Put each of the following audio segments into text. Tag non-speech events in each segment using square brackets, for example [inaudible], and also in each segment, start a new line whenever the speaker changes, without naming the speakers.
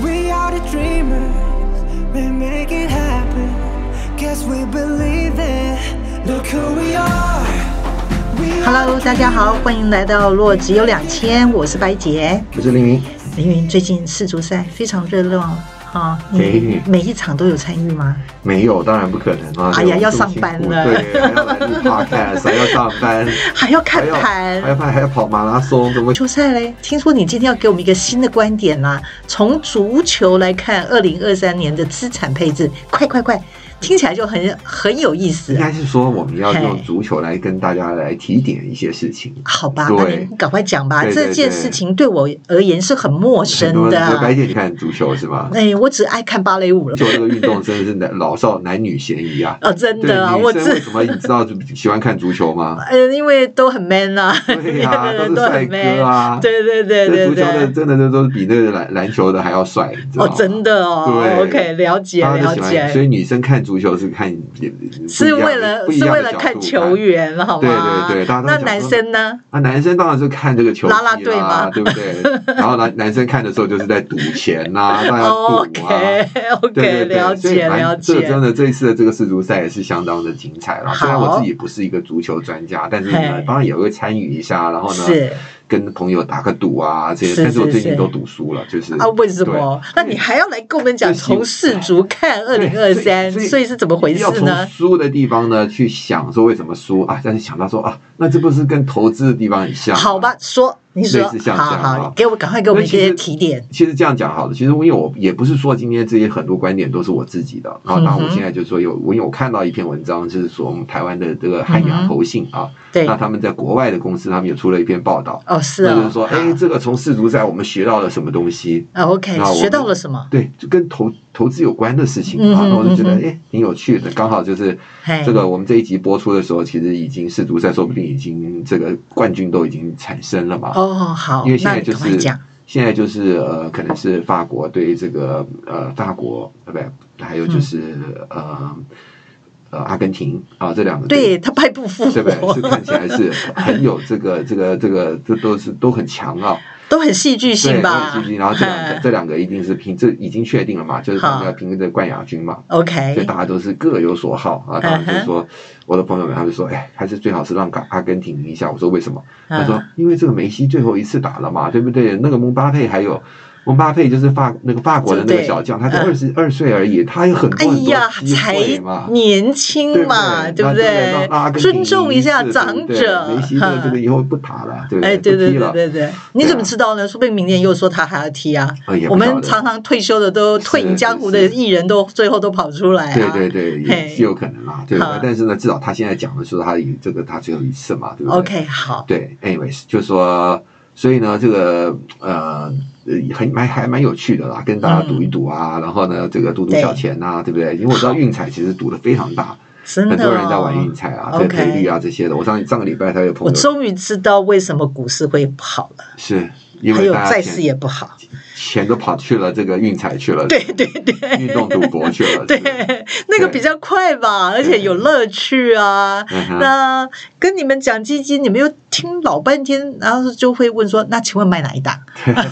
we're dreamers, we make it happen. Guess we believe it. Look who we are. We
Hello，大家好，欢迎来到《若只有两千》，我是白洁。
我是黎明，
凌云最近世足赛非常热闹哈，你
对
每一场都有参与吗？
没有，当然不可能啊！
哎呀
我
要
这么
上
辛
班
苦
了
对，还要来
[laughs]
录 podcast，还要上班，
还要
还
看
要还要
盘。
跑还要跑马拉松，怎么
球赛嘞？听说你今天要给我们一个新的观点啦，从足球来看二零二三年的资产配置，快快快，听起来就很很有意思
应
啊、
该是说我们要
嘿
用足球来跟大家来提点一些事情。
好吧，那
对
您赶快讲吧，
对对
这件
对
事情对我而言是很陌
很
生
多
的
人说
啊。
白姐，你看足球是吗？
哎，我只爱看芭蕾舞了
足。球这个运动真的是男老少男女嫌疑啊！
哦，真
对，
的啊，我
女生为
这
什么你知道喜欢看足球吗？
呃，因为都很 man 啊，
对
两个
呀，都
人
是
都
帅
很
哥
man，
啊！
对对 [laughs] 对
这
对
足球的
对。
真的都都比那个篮篮球的还要帅，你知道
哦
吗，
真的哦
对
，OK，了解
大家
了
都喜欢，
解，
所以女生看足球是看
是为了
不一
是
样
为
的
了
角
看
度
球员好吗？
对对对大家都
那
想
男
说
生呢？
啊，男生当然是看这个球技
啦啦队嘛
对不
[laughs]
对？然后男男生看的时候就是在赌钱呐、大家
哦
赌啊。
，OK
[laughs] 对
OK，
对对，
了
所以
解
蛮
了
这个
解
真。的这一次的这个世足赛也是相当的精彩了。虽然
好
我自己不是一个足球专家，但是呢
嘿，
当然也会参与一下，然后呢，
是
跟朋友打个赌啊这些。
是
但是我
是
最近
是
都赌输了，就是
啊，为什
对
么？那你还要来跟我们讲
这行
从世足看二零二
对所
三，
以所以
所以是怎么回
要
事
从
呢？
输的地方呢去想说为什么输啊，但是想到说啊，那这不是跟投资的地方很像？啊
好吧，，说你说，
类似像
好
这样
好
啊，
给我赶快给我们一
那其
些
实
提点。
其实这样讲好了，其实因为我也不是说今天这些很多观点都是我自己的，啊然后
嗯
当然我现在就说有我有看到一篇文章，就是说我们台湾的这个海
嗯哼
洋投信啊，
对，
那他们在国外的公司，他们也出了一篇报道，
哦，是
那就
哦
是说，，哎，这个从世足赛我们学到了什么东西？
啊，OK，
那我们
学到了什么？
对，就跟投投资有关的事情
嗯
啊，
哼
然后我就觉得
嗯哼
哎挺有趣的，刚好就是
嘿
这个我们这一集播出的时候，其实已经世足赛说不定已经这个冠军都已经产生了嘛，
哦，好，
因为现
那
在
你
就
赶快
是
讲。
现在就是呃，可能是法国对这个呃法国呃不，还有
嗯
就是、呃呃阿根廷啊这两个队
对他败不复
对不对？是
活，
看起来是很有这个这个这个这都是都很强啊，
[laughs] 都很戏剧
对，
性
都
吧
很积极。然后这两
[laughs]
个
嘿
这两个一定是拼，这已经确定了嘛，就是他
好
们要拼这冠亚军嘛。所以
OK，嗯
大家都是各有所好啊。当然就是说，我的朋友们他们说，哎，还是最好是让阿阿根廷赢一下。我说为什么？他说
嗯，
因为这个梅西最后一次打了嘛，对不对？那个姆巴佩还有。姆巴佩就是法那个法国的那个小将，他才
嗯
二十二岁而已，他有很
哎
多很多
呀，
机
才
会嘛，
年轻嘛，
对
不
不那那阿根廷
尊重一下
次对
长
不对
者
梅西，的这个
哈。
以后不打了，对不
哎，
对？
对对
不踢
对
了
对对，你怎么知道呢？说不定明年又说他还要踢啊
哎。也
我
不晓
们
得
常常退休的都退隐江湖的
是是是
艺人都最后都跑出来啊。
对对对，
嘿
也是有可能啦，对吧
好？
但是呢，至少他现在讲的是他以这个他最后一次嘛，对不对
OK，好，
对，anyways，就说，所以呢，这个呃，呃很蛮还蛮有趣的啦，跟大家赌一赌啊，然后呢，这个赌
嗯
赌
对
小钱呐、对不对？因为我知道运彩其实赌的非常大，
真
很
的
多人在玩
哦
运。彩啊，
OK
这赔率啊这些的。我上上个礼拜才有朋
我
友
终于知道为什么股市会不好了，
是因
还
为
有
大
债
家
市
钱
也不好。
钱都跑去了这个运彩去了，
对对对，
运动赌博去了，
对
是不是，
那个比较快吧，而且有乐趣啊。
嗯哼
那跟你们讲基金，你们又听老半天，然后就会问说：“那请问买哪一
[laughs]
档？” [laughs]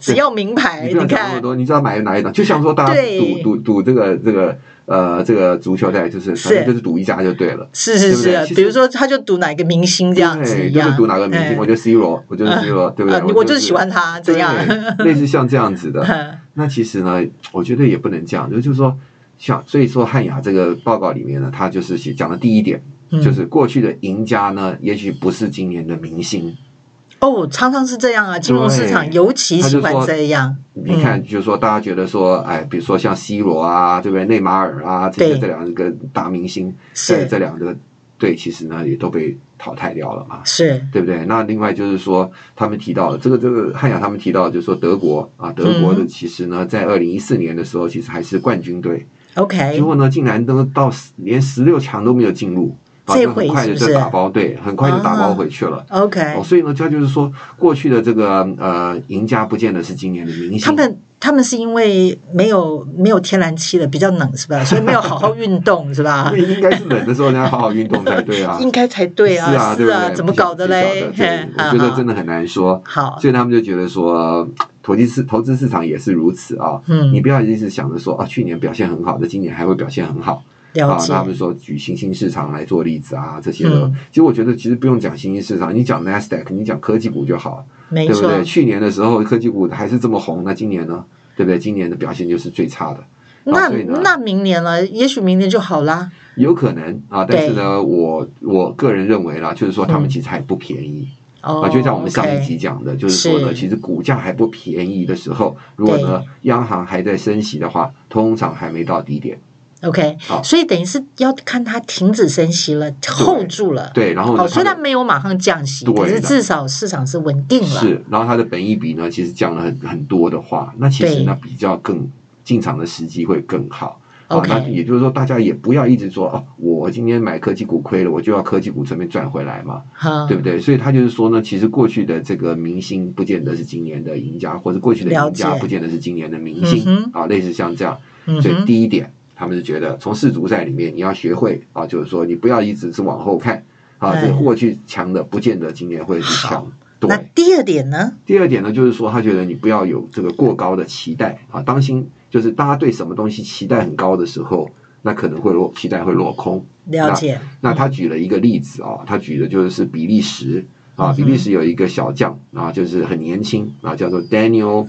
只要名牌，
你不
你
要讲那么
看，
多，你知道买哪一档？就像说大家
对
赌赌赌这个这个呃这个足球赛，就是反
是
正就是赌一家就对了。
是是
对不
是
对，其实
比如说他就赌哪个明星这样子
对，
一
就是
样，
赌哪个明
哎
星，我觉得 C 罗，我觉得 C 罗，对不
啊
对？
我就是喜欢他
对
这样。 [laughs]
类似像这样子的。
嗯
那其实呢，我觉得也不能这样，就是说，像所以说汉雅这个报告里面呢，他就是写讲的第一点，
嗯
就是过去的赢家呢，也许不是今年的明星。
哦，常常是这样啊，金融市场
对
尤其喜
他
欢
就说
这样。
你看，就是说大家觉得说，哎，比如说像 C 罗啊，对不对？内马尔啊，这
对
些这两个大明星，
是
在这两个队其实呢也都被淘汰掉了嘛。
是，
对不对？那另外就是说，他们提到了这个这个汉雅他们提到，就是说德国啊，德国的
嗯
其实呢，在二零一四年的时候，其实还是冠军队，
OK，
结果呢，竟然都到十连十六强都没有进入，啊，
这
就
回
很快
是
的
不
就是打包对，很快就打
啊
包回去了。
OK，
哦，所以呢，他就是说，过去的这个呃赢家，不见得是今年的明星。
[laughs] 他们他们是因为没有没有天然气了，比较冷
[laughs]
是吧？所以没有好好运动是吧
因？为应该是冷的时候，人家好好运动才对啊。
[laughs] 应该才对
是啊，对不对？
怎么搞的嘞 [laughs]
不晓得对？
嘿
我觉得真
啊
的很难说。
好，
所以他们就觉得说，投机市投资市场也是如此啊。
嗯
你不要一直想着说啊，去年表现很好的，今年还会表现很好。
了
啊，
解
那，他们说举新兴市场来做例子啊，这些的，
嗯
其实我觉得其实不用讲新兴市场，你讲 NASDAQ，你讲科技股就好，
没
对不
错，
对？去年的时候科技股还是这么红，那今年呢？对不对？今年的表现就是最差的。
那
啊所以呢
那明年了，也许明年就好啦。
有可能啊，但是呢，我我个人认为啦，就是说他
嗯
们其实还不便宜、
哦
啊，，就像我们上一
OK
集讲的，就是说呢，
是
其实股价还不便宜的时候，如果呢央行还在升息的话，通常还没到低点，
OK，
好
所以等于是要看它停止升息了，hold 住了。
对，然后呢
好，虽
它
然
的
没有马上降息，
对
可是
的
至少市场是稳定了。
是，然后它的本益比呢，其实降了很很多的话，那其实呢比较更进场的时机会更好。啊，
OK
那也就是说，大家也不要一直说哦，我今天买科技股亏了，我就要科技股准备赚回来嘛。
哈，
对不对？所以他就是说呢，其实过去的这个明星不见得是今年的赢家，或者过去的赢
了
家
解
不见得是今年的明星、
嗯
啊，类似像这样。
嗯
所以
哼，
第一点，他们是觉得从世足赛里面你要学会啊，就是说你不要一直是往后看啊，
哎
这个过去强的不见得今年会是
好
强。
那
对。
第二点呢？
第二点呢，就是说他觉得你不要有这个过高的期待啊，当心就是大家对什么东西期待很高的时候，那可能会落期待会落空。
了解，
那他举了一个例子啊，他举的就是比利时啊，比利时有一个小将啊，就是很年轻啊，叫做 Daniel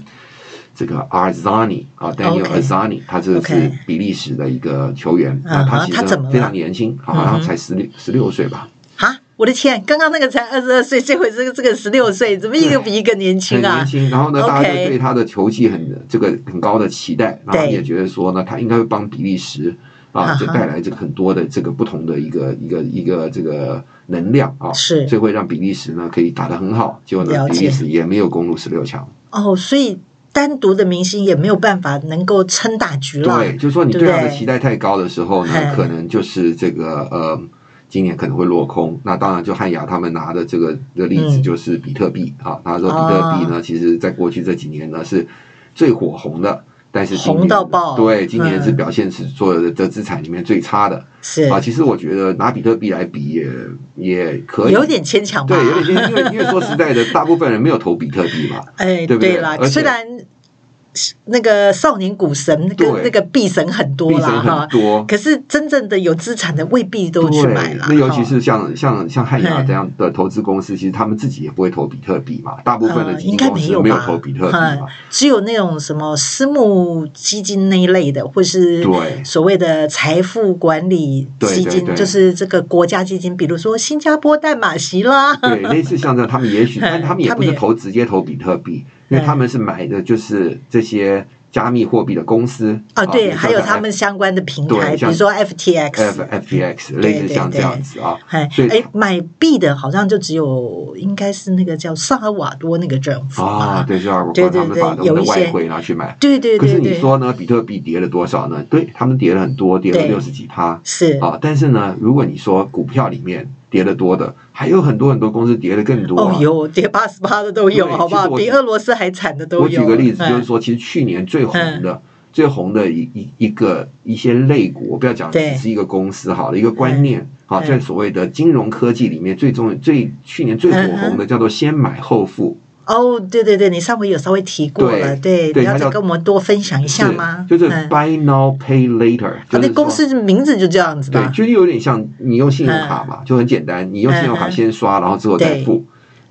这个 Arzani 啊，Daniel
OK
Arzani，他这个
OK
是比利时的一个球员
啊
啊，
哈
他其
他
实
怎么了
非常年轻，啊好
嗯哼
像才十六十六岁吧，
啊，我的天，刚刚那个才二十二岁，这回这个这个十六岁，怎么一个比一个年
很
轻啊
年？轻。然后呢，
OK
大家就对他的球技很这个很高的期待，然后
对
也觉得说呢，他应该会帮比利时
啊
啊，
哈
就带来这个很多的这个不同的一个一个一个这个能量啊。
是
所以会让比利时呢可以打得很好，结果呢
了解
比利时也没有攻入十六强。
哦，所以单独的明星也没有办法能够撑大局了。
对，就是说你
对不
对他
对
的
哎
期待太高的时候呢
嗨，
可能就是这个呃，今年可能会落空。那当然，就汉雅他们拿的这个的例子
嗯
就是比特币啊，他说比特币呢，其实在过去这几年呢是最火红的。但是今
红
年
到爆
对，今年是
嗯
表现是所有的的资产里面最差的、
是
啊。其实我觉得拿比特币来比也也可以，
有点牵强吧？
对，有点因为因为说实在的，大部分人没有投比特币嘛，
哎，
对不对
啦，
而且
虽然是那个少年股神跟
对
那个币神很多
币
啦
神
哈
很，多，
可是真正的有资产的未必都去
对，
买啦。
那尤其
哈
是像像像汉雅
嗯
这样的投资公司，其实他们自己也不会投比特币嘛，大部分的
呃，
基金
应该
公
没
司
有
没有
吧？
投比特币
嗯
嘛。
[laughs] 只有那种什么私募基金那一类的，或是
对
所谓的财富管理
对
基
对
金，
对
就是这个国家基金，比如说新加坡淡马锡啦，
对，类似像这样，他们也
[laughs]
许，但他们也
他
不
们
是
也
投直接投比特币，因为
嗯
他们是买的就是这些加密货币的公司
啊，
比
对，
如说
还有
像
他们相关的平
对
台，比
像
如说 FTX
F。F T X 类似像这样子啊，
哎
所以
哎，买币的好像就只有应该是那个叫萨尔瓦多那个政府
啊，对，是啊，我
对
把
对
他们把
对
他们
有
的
一
外
些
汇拿去买。
对对
可
对
是你
对，
说呢？比特币跌了多少呢？对他们跌了很多，跌了
对
六十几趴。
是
啊，但是呢，如果你说股票里面跌得多的，还有很多很多公司跌得更多、啊。
哦，有跌八十八的都有，
对
好不好？
其实我
比
举
俄罗斯还惨的都有。
我举个例子，就是
嗯
说，其实去年最红的、最红的一一一个一些类股，我不要讲
对
只是一个公司好了，一个观念好，
嗯
在所谓的金融科技里面最重最去年最火
嗯
红的叫做先买后付。
哦，对对对，你上回有稍微提过了，对，
对对
你要
它
再
叫
跟我们多分享一下
是
吗？
就是
嗯
buy now pay later，、
啊
就是
那
说
公司名字就这样子
对，
吧。
就是有点像你用信用卡嘛，就很简单，你用信用
嗯
卡
嗯
先刷，然后之后再
对
付，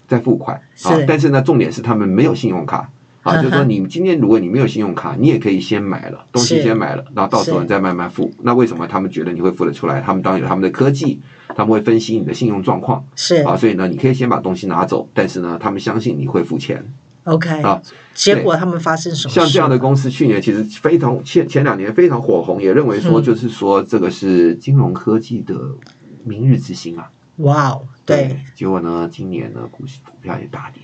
再付款啊
是。
但是呢，重点是他们没有信用
嗯
卡啊，
哼
就是说你今天如果你没有信用卡，你也可以先买了东西
是
先买了，然后到时候
是
你再慢慢付。那为什么他们觉得你会付得出来？他们当然有他们的科技，他们会分析你的信用状况
是
啊，所以呢，你可以先把东西拿走，但是呢，他们相信你会付钱。
，OK
啊。
结果他们发生什么事？
像这样的公司，去年其实非常前前两年非常火红，也认为说
嗯
就是说这个是金融科技的明日之星啊。
哇哦，对，，
结果呢，今年呢，股市股票也大跌。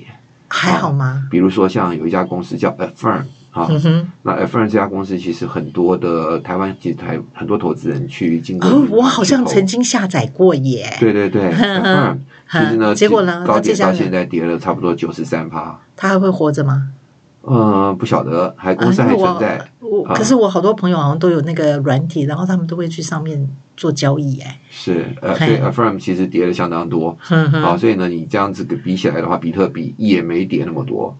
还好吗？
比如说，像有一家公司叫 Affirm 啊，
嗯哼，
那 Affirm 这家公司其实很多的台湾其实台很多投资人去经过银
哦
行去，投，
我好像曾经下载过耶。
对对对，Affirm 其实呢，
结果呢
高
那这
点
下呢
到现在跌了差不多九十三趴，
他还会活着吗？
呃，不晓得还公司
啊因
还
为
存
我
在。
我
啊
可是我好多朋友好像都有那个软体，然后他们都会去上面
做交易哎、
是呃，
嘿
对，Affirm 其实跌了相当多，
嗯哼
啊，
哼，
所以呢，你这样子比起来的话，比特币也没跌那么多，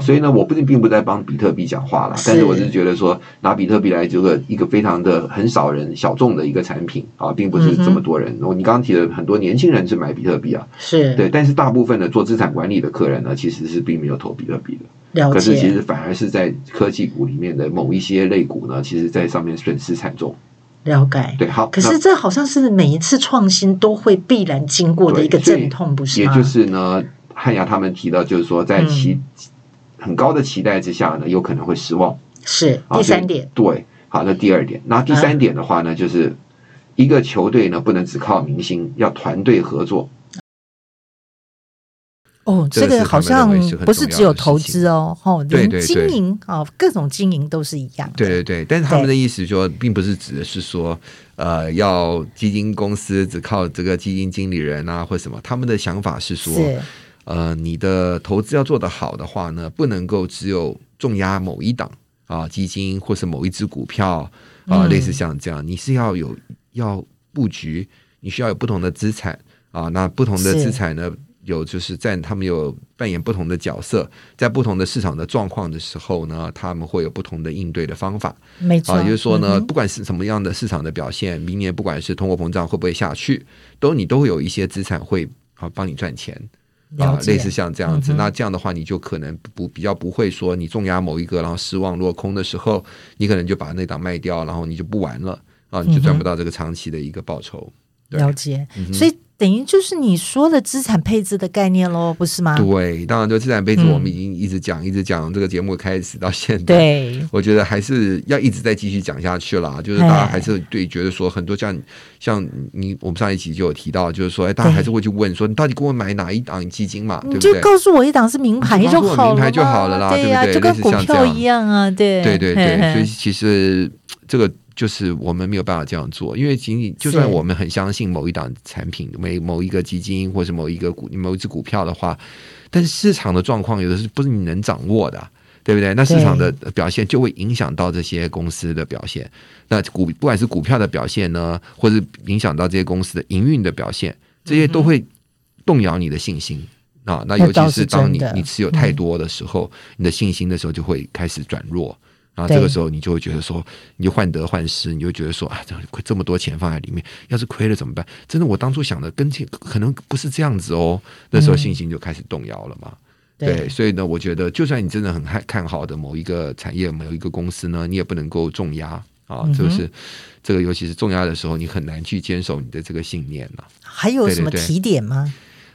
哇，
所以呢，我不是并不在帮比特币讲话了，
嗯
但
是
是我是觉得说，拿比特币来这个一个非常的很少人小众的一个产品啊，并不
嗯
是这么多人。我你刚刚提的很多年轻人是买比特币啊，
是
对，但是大部分的做资产管理的客人呢，其实是并没有投比特币的，
了
可是其
解
实反而是在科技股里面的某一些类股呢，其实在上面损失惨重。
了解。
对，好，
可
那
是这好像是每一次创新都会必然经过的
对
一个
所以
阵痛，不是
也
吗？
就是呢，汉雅他们提到，就是说在
嗯
期、很高的期待之下呢，有可能会失望。
是
啊
第
所以
三点，
对，好，那第二点，那第三点的话呢，就是一个球队呢不能只靠明星，要团队合作。
哦，
这个
这
是
个
他
好像
们认为是很
不是
重要
只有
的事
投
情
资哦，哦，
对
连
对
经
对
营啊、哦，各种经营都是一样的。
对对对，但是他
对
们的意思说，并不是指的是说，呃，要基金公司只靠这个基金经理人啊，或什么。他们的想法是说，
是
呃，你的投资要做得好的话呢，不能够只有重压某一档啊基金或是某一只股票啊，
嗯
类似像这样，你是要有要布局，你需要有不同的资产啊，那不同的
是
资产呢？有就是在他们有扮演不同的角色，在不同的市场的状况的时候呢，他们会有不同的应对的方法。
没错，
啊，也就是说呢，
嗯哼
不管是什么样的市场的表现，明年不管是通货膨胀会不会下去，都你都会有一些资产会啊帮你赚钱
了
啊，
解
类似像这样子。
嗯哼
那这样的话，你就可能不比较不会说你重压某一个，然后失望落空的时候，你可能就把那档卖掉，然后你就不玩了啊，
嗯
你就赚不到这个长期的一个报酬。对嗯
了解，所以等于就是你说的资产配置的概念喽，不是吗？
对，当然就资产配置，
嗯
我们已经一直讲、一直讲，这个节目开始到现在，
对
我觉得还是要一直再继续讲下去啦，就是
哎
大家还是对觉得说很多像像你，我们上一期就有提到，就是说，哎，大家还是会去问说，你到底给我买哪一档基金嘛，对
你
不
嗯就
对？
告诉我一档是名牌
你就告诉我
好了嘛，
名牌就好了啦
对呀、
对
就
不对
跟股
类似像这
票
样
一样啊，对
对对
嘿嘿
对，所以其实这个就是我们没有办法这样做，因为仅仅就算我们很相信某一档产品、某某一个基金或者某一个股、某一只股票的话，但是市场的状况有的是不是你能掌握的啊、对不对？那市场的表现就会影响到这些公司的表现，那股不管是股票的表现呢，或是影响到这些公司的营运的表现，这些都会动摇你的信心。啊，
嗯
那
那
尤
倒
其
是
是当
真
你
的嗯
你持有太多的时候，你的信心的时候就会开始转弱。然后这
对
个时候你就会觉得说，你就患得患失，你就觉得说啊，这亏这么多钱放在里面，要是亏了怎么办？真的，我当初想的跟这可能不是这样子哦。那
嗯
时候信心就开始动摇了嘛。对，所以呢，我觉得就算你真的很看看好的某一个产业、某一个公司呢，你也不能够重压啊，
嗯哼
就是这个，尤其是重压的时候，你很难去坚守你的这个信念呐、
还有什么
对对对
提点吗？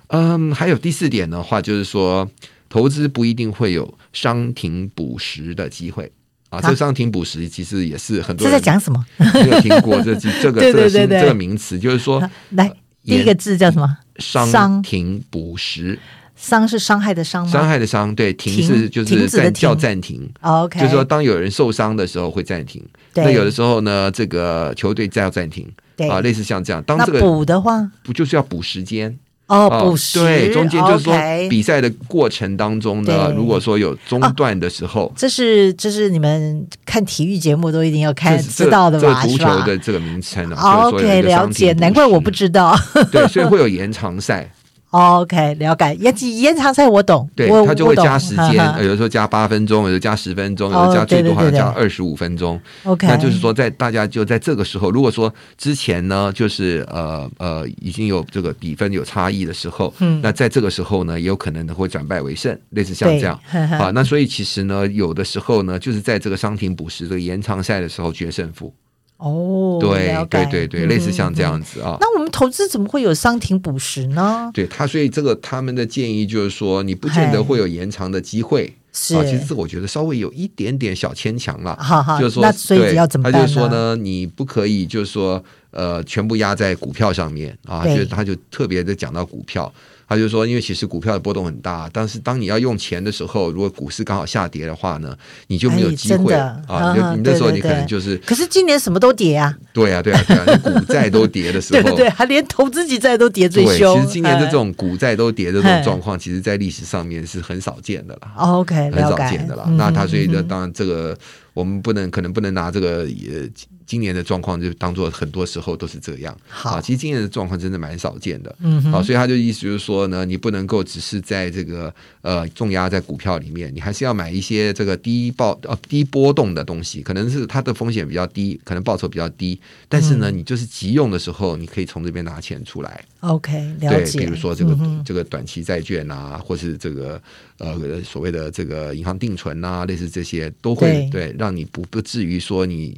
嗯，还有第四点的话，就是说投资不一定会有伤停补时的机会。啊，这
啊
个伤停补时其实也是很多
这在
人
讲什么？
没有听过
[laughs]
这这这个
对对
这个
对
新
对
这个名词，就是说
来，第一个字叫什么？
呃伤
伤
停补时，
伤是伤害的伤吗？
伤害的伤，对停
停
是就
停
是
止的
暂叫
停
暂停，
哦 OK，
就是说当有人受伤的时候会暂停，
对
那有的时候呢，这个球队再要暂停
对
啊，类似像这样，当
那
这个
补的话，
不就是要补时间？
哦，补时，
啊对，中间就是说
OK
比赛的过程当中呢，
对哦
如果说有中断的时候，
这是这是你们看体育节目都一定要看
这是
知道的
这
吧？
这足
是
球
吧哦
的这个名称啊，就是说有
OK，
一个
了
伤停
解，
补
难怪我不
时
知道。 [laughs]
对，所以会有延长赛，
OK，了解。延期延长赛我懂，
对
我，
它就会加
[laughs]
时间，呃
我懂
有的时候加八分钟，有的加十分钟，有
哦
的加最
对对
多好像
对
加
对
二十五分钟。
OK，
那就是说，在大家就在这个时候，如果说之前呢，就是呃呃已经有这个比分有差异的时候，
嗯
那在这个时候呢，也有可能会转败为胜，类似像
对
这样
呵呵
啊。那所以其实呢，有的时候呢，就是在这个伤停补时这个延长赛的时候决胜负，
哦，
对
了解
对对对，
嗯
类似像这
嗯
样子啊
嗯。。那我们投资怎么会有伤停补时呢？
对他，所以这个他们的建议就是说，你不见得
嗨
会有延长的机会。
哎是
啊，其实这个我觉得稍微有一点点小牵强了。
哈哈
就是说，
啊那所以
对
要怎么办
他就说
呢
呢，你不可以就是说，呃，全部压在股票上面啊，
对
就他就特别的讲到股票。他就说，因为其实股票的波动很大，但是当你要用钱的时候，如果股市刚好下跌的话呢，你就没有
哎
机
真
会、
的
啊！你就
嗯
你那时候
对对
你可能
对
就是
可是今年什么都跌啊，
对啊，对啊，对啊，你股债都跌的时
对 [laughs]
候，
对对，还连投资级债都跌最
对，
凶。嗯
其实今年的这种股债都跌的这
哎
种状况，其实在历史上面是很少见的啦。
哎 OK，
很
了
少
解嗯
见的啦。那他所以呢，
嗯嗯嗯
当然这个我们不能可能不能拿这个呃今年的状况就当做很多时候都是这样。
好
啊，其实今年的状况真的蛮少见的。
嗯哼
好，所以他就意思就是说呢，你不能够只是在这个呃重压在股票里面，你还是要买一些这个低报呃低波动的东西，可能是它的风险比较低，可能报酬比较低，但是
嗯
呢，你就是急用的时候，你可以从这边拿钱出来。
OK，了
对，
解。
比如说这个、
嗯哼
这个短期债券啊，或是这个呃所谓的这个银行定存啊，类似这些都会对让你不不至于说你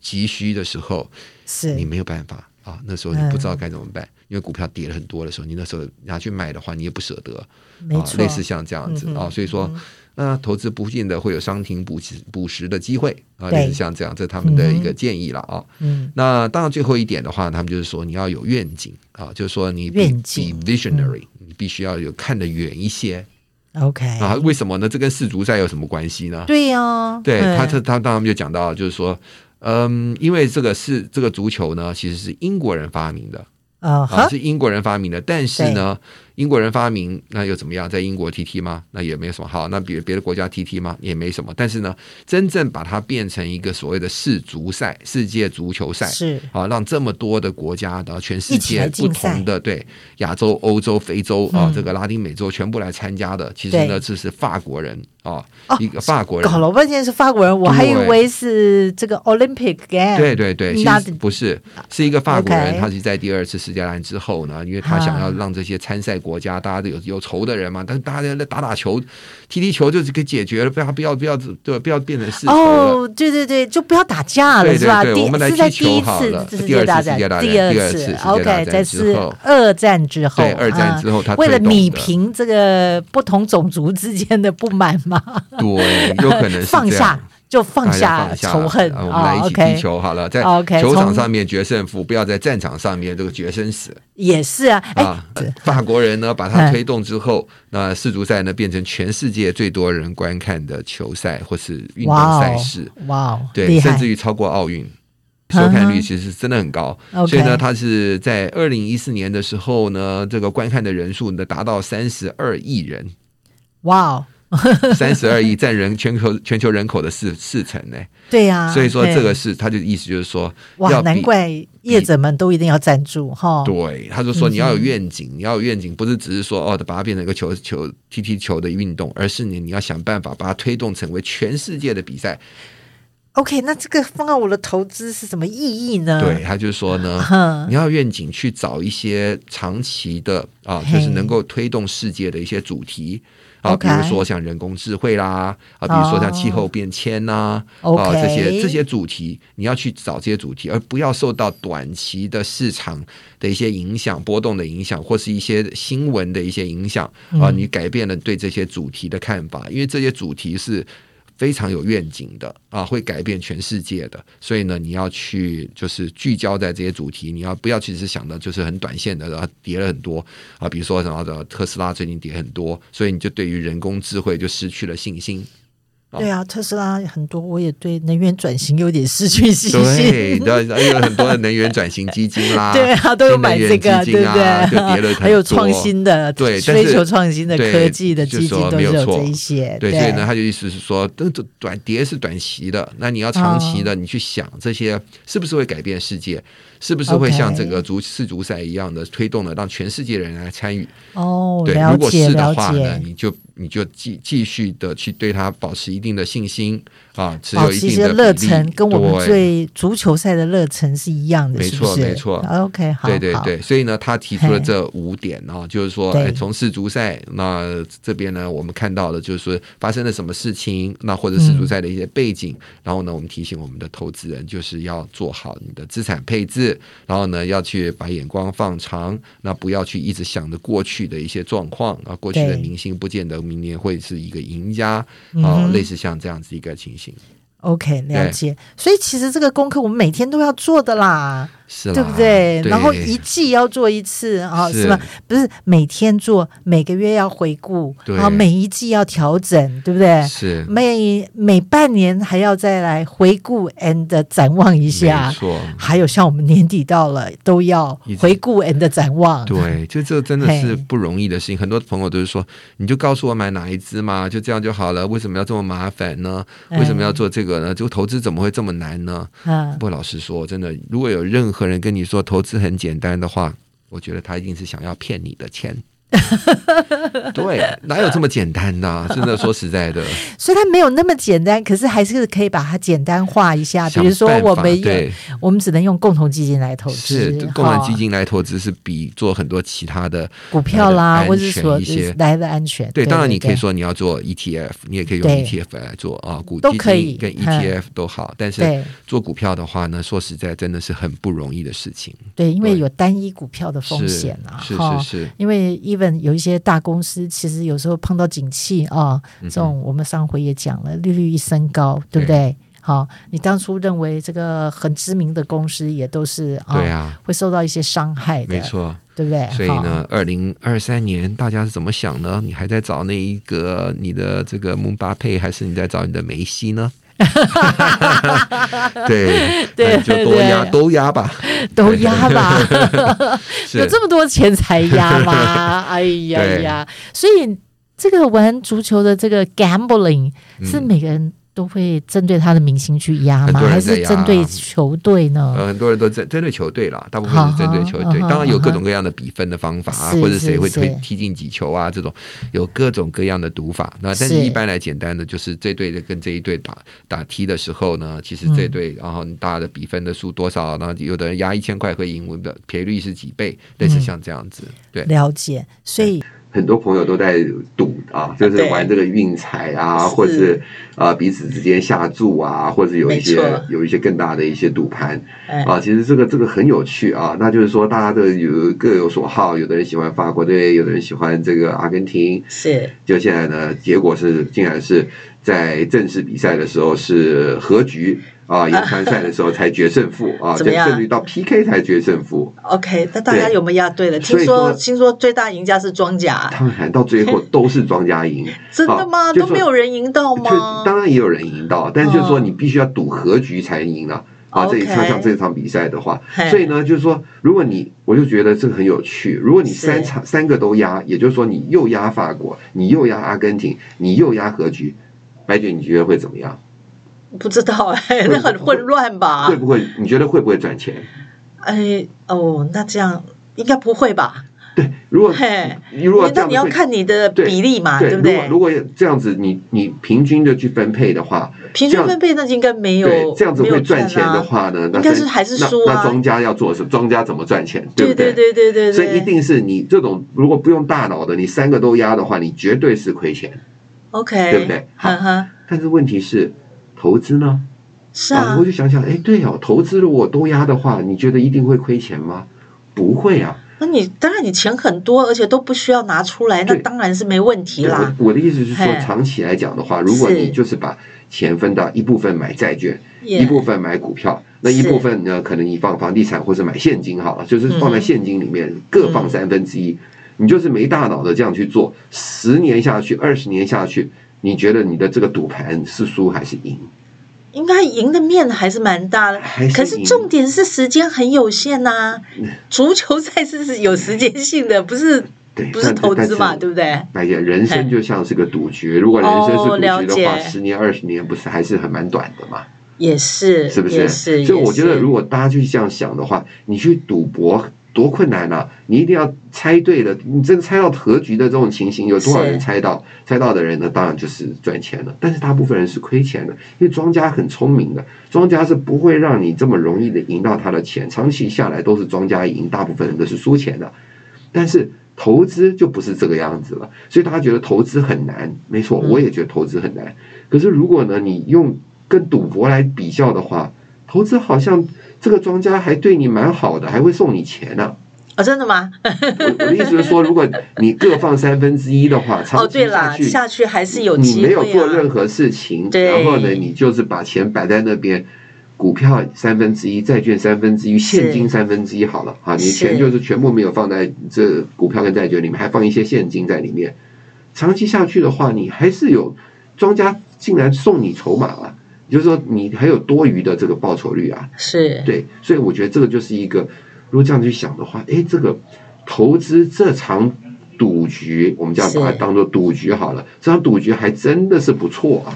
急需的时候
是
你没有办法啊，那时候你
嗯
不知道该怎么办，因为股票跌了很多的时候，你那时候拿去卖的话，你也不舍得，
没
啊，
错，
类似像这样子
嗯哼
啊，所以说。那投资不幸的会有伤停补时补时的机会啊，
对
类似像这样，这是他们的一个
嗯哼
建议了啊。
嗯
那当然，最后一点的话，他们就是说你要有愿景啊，就是说你比
愿景嗯
比 visionary，、你必须要有看得远一些
，OK，
啊。为什么呢？这跟世足赛有什么关系呢？
对呀，嗯
对他，他
这
他当然就讲到，就是说，嗯，因为这个是这个足球呢，其实是英国人发明的
啊
啊，
哈，
是英国人发明的。但是呢，英国人发明那又怎么样？在英国踢踢吗？那也没有什么。好，那别别的国家踢踢吗？也没什么。但是呢，真正把它变成一个所谓的世足赛、世界足球赛，
是
啊，让这么多的国家，然后全世
一起来
界不
竞赛
同的对亚洲、欧洲、非洲啊，
嗯
这个拉丁美洲全部来参加的，其实
对
呢，这是法国人啊
哦，
一个法国人
搞。了半天是法国人，我还以
对
为是这个 Olympic game，
对对对，其
那
实不是，是一个法国人，
OK 啊
他是在第二次世界大战之后呢，因为他想要让这些参赛国家，大家都有有仇的人嘛，但是大家打打球、踢踢球就是给解决了，不要不要不要对，不要变成世仇了。
哦，对对对，就不要打架了，
对
是吧？
对对
第
我们来
是在
踢球
第一
好了
次世
第二
界
次
大
世界大战
第二
第二次世界
次
大战
，OK，在
之
是
后
二战之后，
对二战之后他
啊为了
推动
米
的
平这个不同种族之间的不满嘛，
对，有可能是
[laughs] 放
这样
下。就放
大家
下
哎放
仇恨哦
啊我们来一起踢
，OK，哦
球好了，在
OK，
球
从
场上面决胜负，不要在战场上面这个决生死
也是啊，哎
啊，！法国人呢把它
哎
推动之后，那世足赛呢变成全世界最多人观看的球赛或是运
哇
动
哦
赛事，，
哇哦，
对，
厉害
甚至于超过奥运。
嗯
收
哼
看率其实是真的很高，
OK
所以呢，它是在二零一四年的时候呢，这个观看的人数呢达到三十二亿
[laughs]
人，
哇哦，
三十二亿占人全球全球人口的四四成呢、
对呀，
所以说
对
这个是，他就意思就是说，
啊哇，
要
难
比
怪哦业者们都一定要赞助哈。
对，他就说你要有愿景，你要有愿景，不是只是说哦，把它变成一个球球踢踢球的运动，而是你你要想办法把它推动成为全世界的比赛。
OK，那这个放到我的投资是什么意义呢？
对，，他就说呢
哼，
你要有愿景去找一些长期的啊，
嘿
就是能够推动世界的一些主题。啊，
OK
比如说像人工智慧啦，啊，比如说像气候变迁呐、啊，
哦
啊
OK
这些这些主题，你要去找这些主题，而不要受到短期的市场的一些影响、波动的影响，或是一些新闻的一些影响啊，
嗯
你改变了对这些主题的看法，因为这些主题是。非常有愿景的啊，会改变全世界的。所以呢，你要去就是聚焦在这些主题，你要不要其实想的就是很短线的，然后跌了很多啊，比如说什么的特斯拉最近跌很多，所以你就对于人工智慧就失去了信心。
对啊，特斯拉很多，我也对能源转型有点失去信
对，
心。
那有很多的能源转型基金啦，
[laughs] 对啊，都有买这
新
个，
能源基
对
金
不
啊
[laughs]
就跌了
对？
很多
还有创新的，
对但
追
是
求创新的
对
科技的基
就
金都
说
是
没有
有
错
这一些。
对，所以呢，他就意思是说，这这短跌是短期的，那你要长期
哦
的，你去想这些是不是会改变世界，是不是会
OK
像这个足世足赛一样的推动了，让全世界人来参与？
哦，
对，
了
如果
解
是
了
的话呢，
解，
你就你就继继续的去对它保持一定的信心啊，持
保
有一
持一
定
些
的
热
比例
忱，跟我们
对
对足球赛的热忱是一样的，
没
是不
错
是
没错
OK，好，
对对
好
对，所以呢，他提出了
嘿
这五点啊，就是说，
对
哎，从世足赛那这边呢，我们看到了就是说发生了什么事情，那或者世足赛的一些背景，然后呢，我们提醒我们的投资人就是要做好你的资产配置，然后呢，要去把眼光放长，那不要去一直想着过去的一些状况啊，过去的
对
明星不见得明年会是一个赢家
嗯
啊，
哼
类似像这样子一个情形。
OK，了
对
解。所以其实这个功课我们每天都要做的啦。
是啦，
对不对？
对
然后一季要做一次啊，
是
是吧？不是每天做，每个月要回顾，
对
然后每一季要调整，对不对？
是
嗯
每每半年还要再来回顾 and 展望一下
没。错，
还有像我们年底到了，都要
一直
回顾 and 展望。 [laughs]
对，就这真的是
啊嘿
不容易的事情。很多朋友都是说，你就告诉我买哪一只嘛，就这样就好了，为什么要这么麻烦呢？
嗯
为什么要做这个呢？就投资怎么会这么难呢？
嗯
不，过老实说，真的，如果有任何人跟你说投资很简单的话，我觉得他一定是想要骗你
[laughs]
的钱。对，哪有这么简单的啊、真的，说实在
[laughs]
的，
虽然没有那么简单，可是还是可以把它简单化一啊下。比
想
如说，
办
我
法
们有
对
我们只能用共同基金来投
是
资，
共产
哈
基金来投资是比做很多其他的
股票啦，
来得
或者是说
安全一些。
来的安全。
对，当然你可以
对
说你要做 ETF，你也可以用
对
ETF 来做啊，股
都
基
可以
金跟
嗯
ETF 都好。但是
对
做股票的话呢，说实在真的是很不容易的事情，
对，因为
对
有单一股票的风
是
险啊，
是
哈
是是，
因为 even 有一些大公司，其实有时候碰到景气啊，这种我们上回也讲了，利率一升高，对不
嗯对
对？好，你当初认为这个很知名的公司也都是啊，
对啊
会受到一些伤害的，
没，错。
对不对？
所以
哈
呢，二零二三年大家是怎么想呢？你还在找那一个你的这个姆巴佩，还是你在找你的梅
[laughs]
西呢？对，
对
那你就多压
对
都压吧，
都压吧，
[laughs] 是
有这么多钱才压
[laughs]
吗？哎呀
对
呀！所以这个玩足球的这个 gambling 是每个人都会针对他的明星去压
嗯很
吗？
多人
还
在
是
压
针对球队呢？
呃，很多人都针针对球队啦，大部分是针对球队
嗯好好。
当然有各种各样的比分的方法啊，
是
或者谁会
是
推
是
踢进几球啊，这种有各种各样的赌法。那但是
是
一般来简单的就是这队的跟这一队打打踢的时候呢，其实这队
嗯
然后大家的比分的数多少，然后有的人压一千块会赢，我们的赔率是几倍，类
嗯
似像这样子。对，
了解，所以
很多朋友都在赌啊，就是
对
玩这个运彩啊，
是
或是啊、呃彼此之间下注啊，或者有一
没
些
错
有一些更大的一些赌盘
哎
啊。其实这个这个很有趣啊，那就是说大家都有各有所好，有的人喜欢法国队，有的人喜欢这个阿根廷。
是
就现在呢，结果是竟然是在正式比赛的时候是和局啊，延长赛的时候才决胜负
[laughs]
啊，
怎么
对，
样
甚至于到 PK 才决胜负。
OK。那大家
对
有没有压对了？听
所以
说
说
听说最大赢家是庄家，，
当然到最后都是庄家赢
[laughs] 真的吗？
啊
都没有。
就说
人赢到
就
吗？
当然也有人赢到，但是就是说
哦
你必须要赌和局才赢了。啊，这
OK
一场像这场比赛的话
嘿，
所以呢，就是说，如果你，我就觉得这个很有趣。如果你三
是
场三个都压，也就是说你又压法国，你又压阿根廷，你又压和局，白姐你觉得会怎么样？
不知道哎、那很混乱吧
会？不会？你觉得会不会赚钱？
哎哦，那这样应该不会吧？
如果
嘿，
你如果这
那
样
你
子
要
会，
看你的
对
比例嘛，
对，
不
如
对
果？如果这样子，你你平均的去分配的话，
平
这
均
样
分配那就应该没有
对，这样子
没有
会赚钱
啊
的话呢，那
应该
在
是还是
那
输啊
那庄家要做什么？庄家怎么赚钱？
对
不
对对对对，
所以一定是你这种如果不用大脑的，你三个都压的话，你绝对是亏钱。
OK，
对不对好
嗯哼，
但是问题是，投资呢？
是啊
我，就想想，哎，对哦，投资如果都压的话，你觉得一定会亏钱吗？不会啊。
那你当然你钱很多，而且都不需要拿出来，那
对
当然是没问题啦。
我我的意思是说
嘿，
长期来讲的话，如果
是
你就是把钱分到一部分买债券，
Yeah
一部分买股票，那一
是
部分呢，可能你放房地产或者买现金好了，就是放在
嗯
现金里面各放三分之一。你就是没大脑的这样去做，十年下去，二十年下去，你觉得你的这个赌盘是输还是赢？
应该赢的面还是蛮大的
还，是
可是
赢嗯
重点是时间很有限呐、足球赛事是有时间性的，不是
对，
不是
但
投资嘛，
嗯但是
对不对？
白姐，人生
嘿
就像是个赌局，如果人生
哦了
是赌局的话，
解
十年二十年不是还是很蛮短的嘛？
也是，
是不
也
是？
是，
所以我觉得，如
果
果大家去这样想的话，你去赌博多困难啊！你一定要猜对了，你真猜到和局的这种情形，有多少
是
人猜到？猜到的人呢，当然就是赚钱了，但是大部分人是亏钱的，因为庄家很聪明的，庄家是不会让你这么容易的赢到他的钱，长期下来都是庄家赢，大部分人都是输钱的。但是投资就不是这个样子了，所以大家觉得投资很难，没错，
嗯
我也觉得投资很难。可是如果呢，你用跟赌博来比较的话，投资好像这个庄家还对你蛮好的，还会送你
[laughs]
钱呢、
哦，真的吗？
我我的意思是说，如果你各放三分之一的话，
哦，
长
对
期
啦，
去。
下去还是有
你
机
没
会
有做
啊
任。何事情，
对
然后呢，你就是把钱摆在那边，股票三分之一，债券三分之一，现金三分之一好了啊，你
是
钱就是全部没有放在这股票跟债券里面，还放一些现金在里面。长期下去的话，你还是有庄家竟然送你筹码啊，也就是说你还有多余的这个报酬率啊，
是，
对，所以我觉得这个就是一个，如果这样去想的话，诶，这个投资这场赌局，我们这样把它
是
当做赌局好了，这场赌局还真的是不错啊，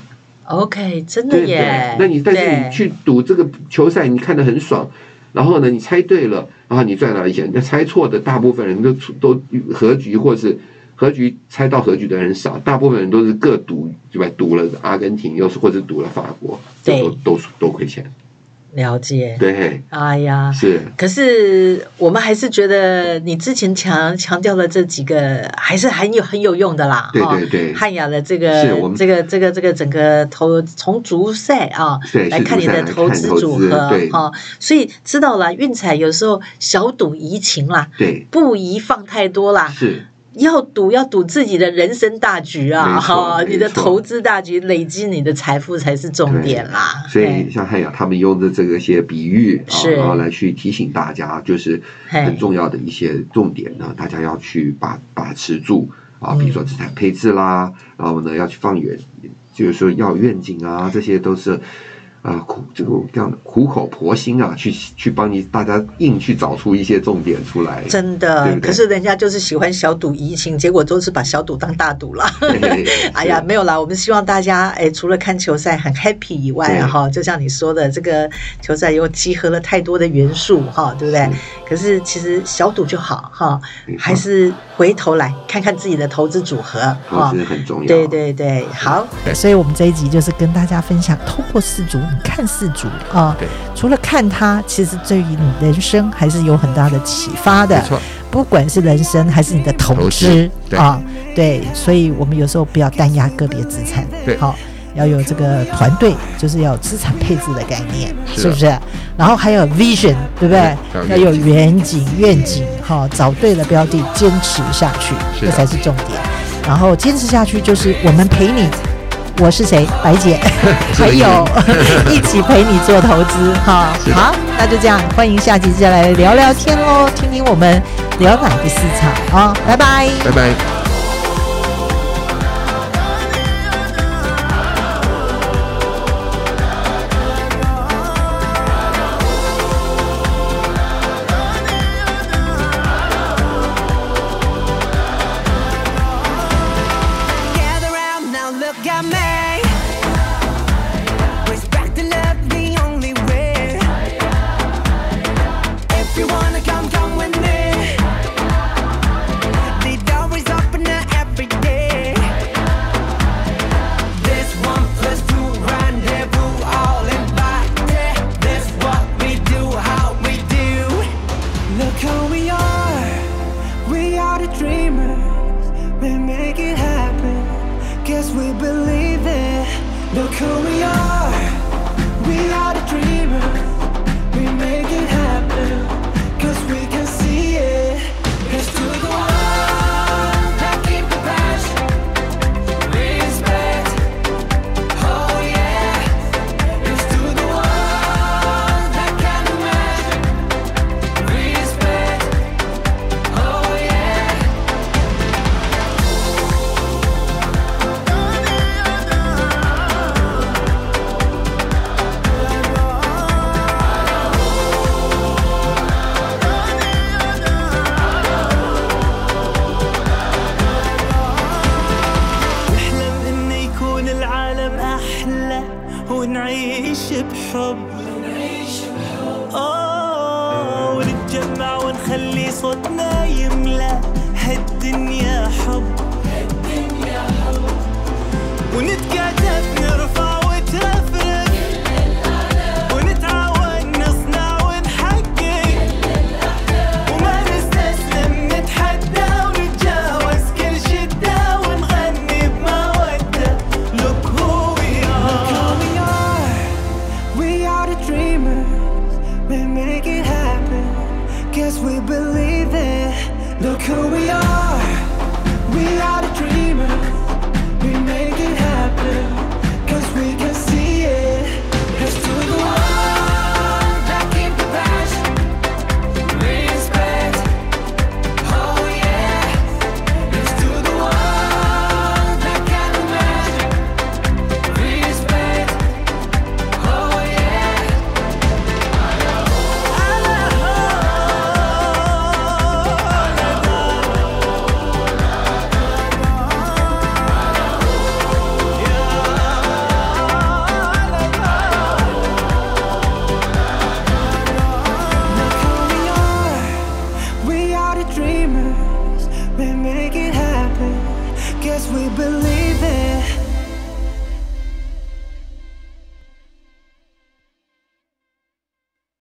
OK，真的
对不对
耶？。
那你但是你
对
去赌这个球赛，你看得很爽。然后呢，你猜对了，然后你赚到钱。那猜错的，大部分人都出都和局，或是和局猜到和局的人少，大部分人都是各赌，对吧？赌了阿根廷，又是或者赌了法国，这
对
都都都亏钱。
了解。
对，
哎呀，
是。
可是我们还是觉得你之前强强调了这几个，还是很有很有用的啦。
对
哦
对对
汉雅的这
是我
个
们
这个这个这个整个投从足赛啊，
对
来
是
看
足
你的
赛来
投
看
资
投
组
资
合
对
哈、所以知道了运彩有时候小赌怡情啦，
对，
不宜放太多啦。
是
要赌要赌自己的人生大局啊，
没错
哈、
没
你的
错
投资大局，累积你的财富才是重点啦。
所
哎
以像汉雅他们用的这个些比喻啊，
是
然后来去提醒大家，就是
嘿
很重要的一些重点呢，大家要去把把持住啊，
嗯
比如说资产配置啦，然后呢要去放远，就是说要有愿景啊，这些都是。啊，苦这个这样的苦口婆心啊，去去帮你大家硬去找出一些重点出来，
真的，
对不对
可是人家就是喜欢小赌怡情，结果都是把小赌当大赌
[laughs]
啦。
对
哎呀，
是
没有啦，我们希望大家哎，除了看球赛很 happy 以外啊，
对
哈，就像你说的，这个球赛又集合了太多的元素哈，对不对？可是其实小赌就好哈
没，错
还是回头来看看自己的投资组合
投
哈
资。很重要。
啊对对对，好，
所以我们这一集就是跟大家分享，透过四组，你看四组啊、
对
除了看它，其实对于你人生还是有很大的启发的。
没错，
不管是人生还是你的投
投
资
资对
啊，对，所以我们有时候不要单压个别资产，
对
好、要有这个团队，就是要有资产配置的概念，
是的啊
不是？然后还有 vision，对不对？
对
要
要
有
有
远景、愿景，哈、找对了标的，坚持下去，
是
这
的
才是重啊点。然后坚持下去，就是我们陪你。我是谁？白 [laughs] 姐，还有 [laughs] 一起陪你做投资哈。好，那就这样，欢迎下集再来聊聊天喽，听听我们聊哪个市场啊、拜拜。
拜拜。
Gather round now, look at me. Respect and love the only way. If you wanna come, come with me. The door is open now every day. This one plus two rendezvous all invited. This what we do, how we do. Look who we are. We are the dreamers, we make it happen. Guess we believe it. Look who we are. We are the dreamers, we make it happen. Cause we can see it. Here's to the one that keep the passion. Respect. Oh yeah. Here's to the one that can imagine. Respect. Oh yeah.
نحلم إن يكون العالم أحلى ونعيش بحب آه ونتجمع ونخلي صوتنا يملى هالدنيا حب ونتكاتف نرفع وترفرف ونتعاون نصنع ونحقق وما نستسلم نتحدى ونتجاوز كل شدة ونغني بمودة Look who we are
We are, we are the dreamers. We make it happen. Guess we believe it. Look who we are. Oh, Oh,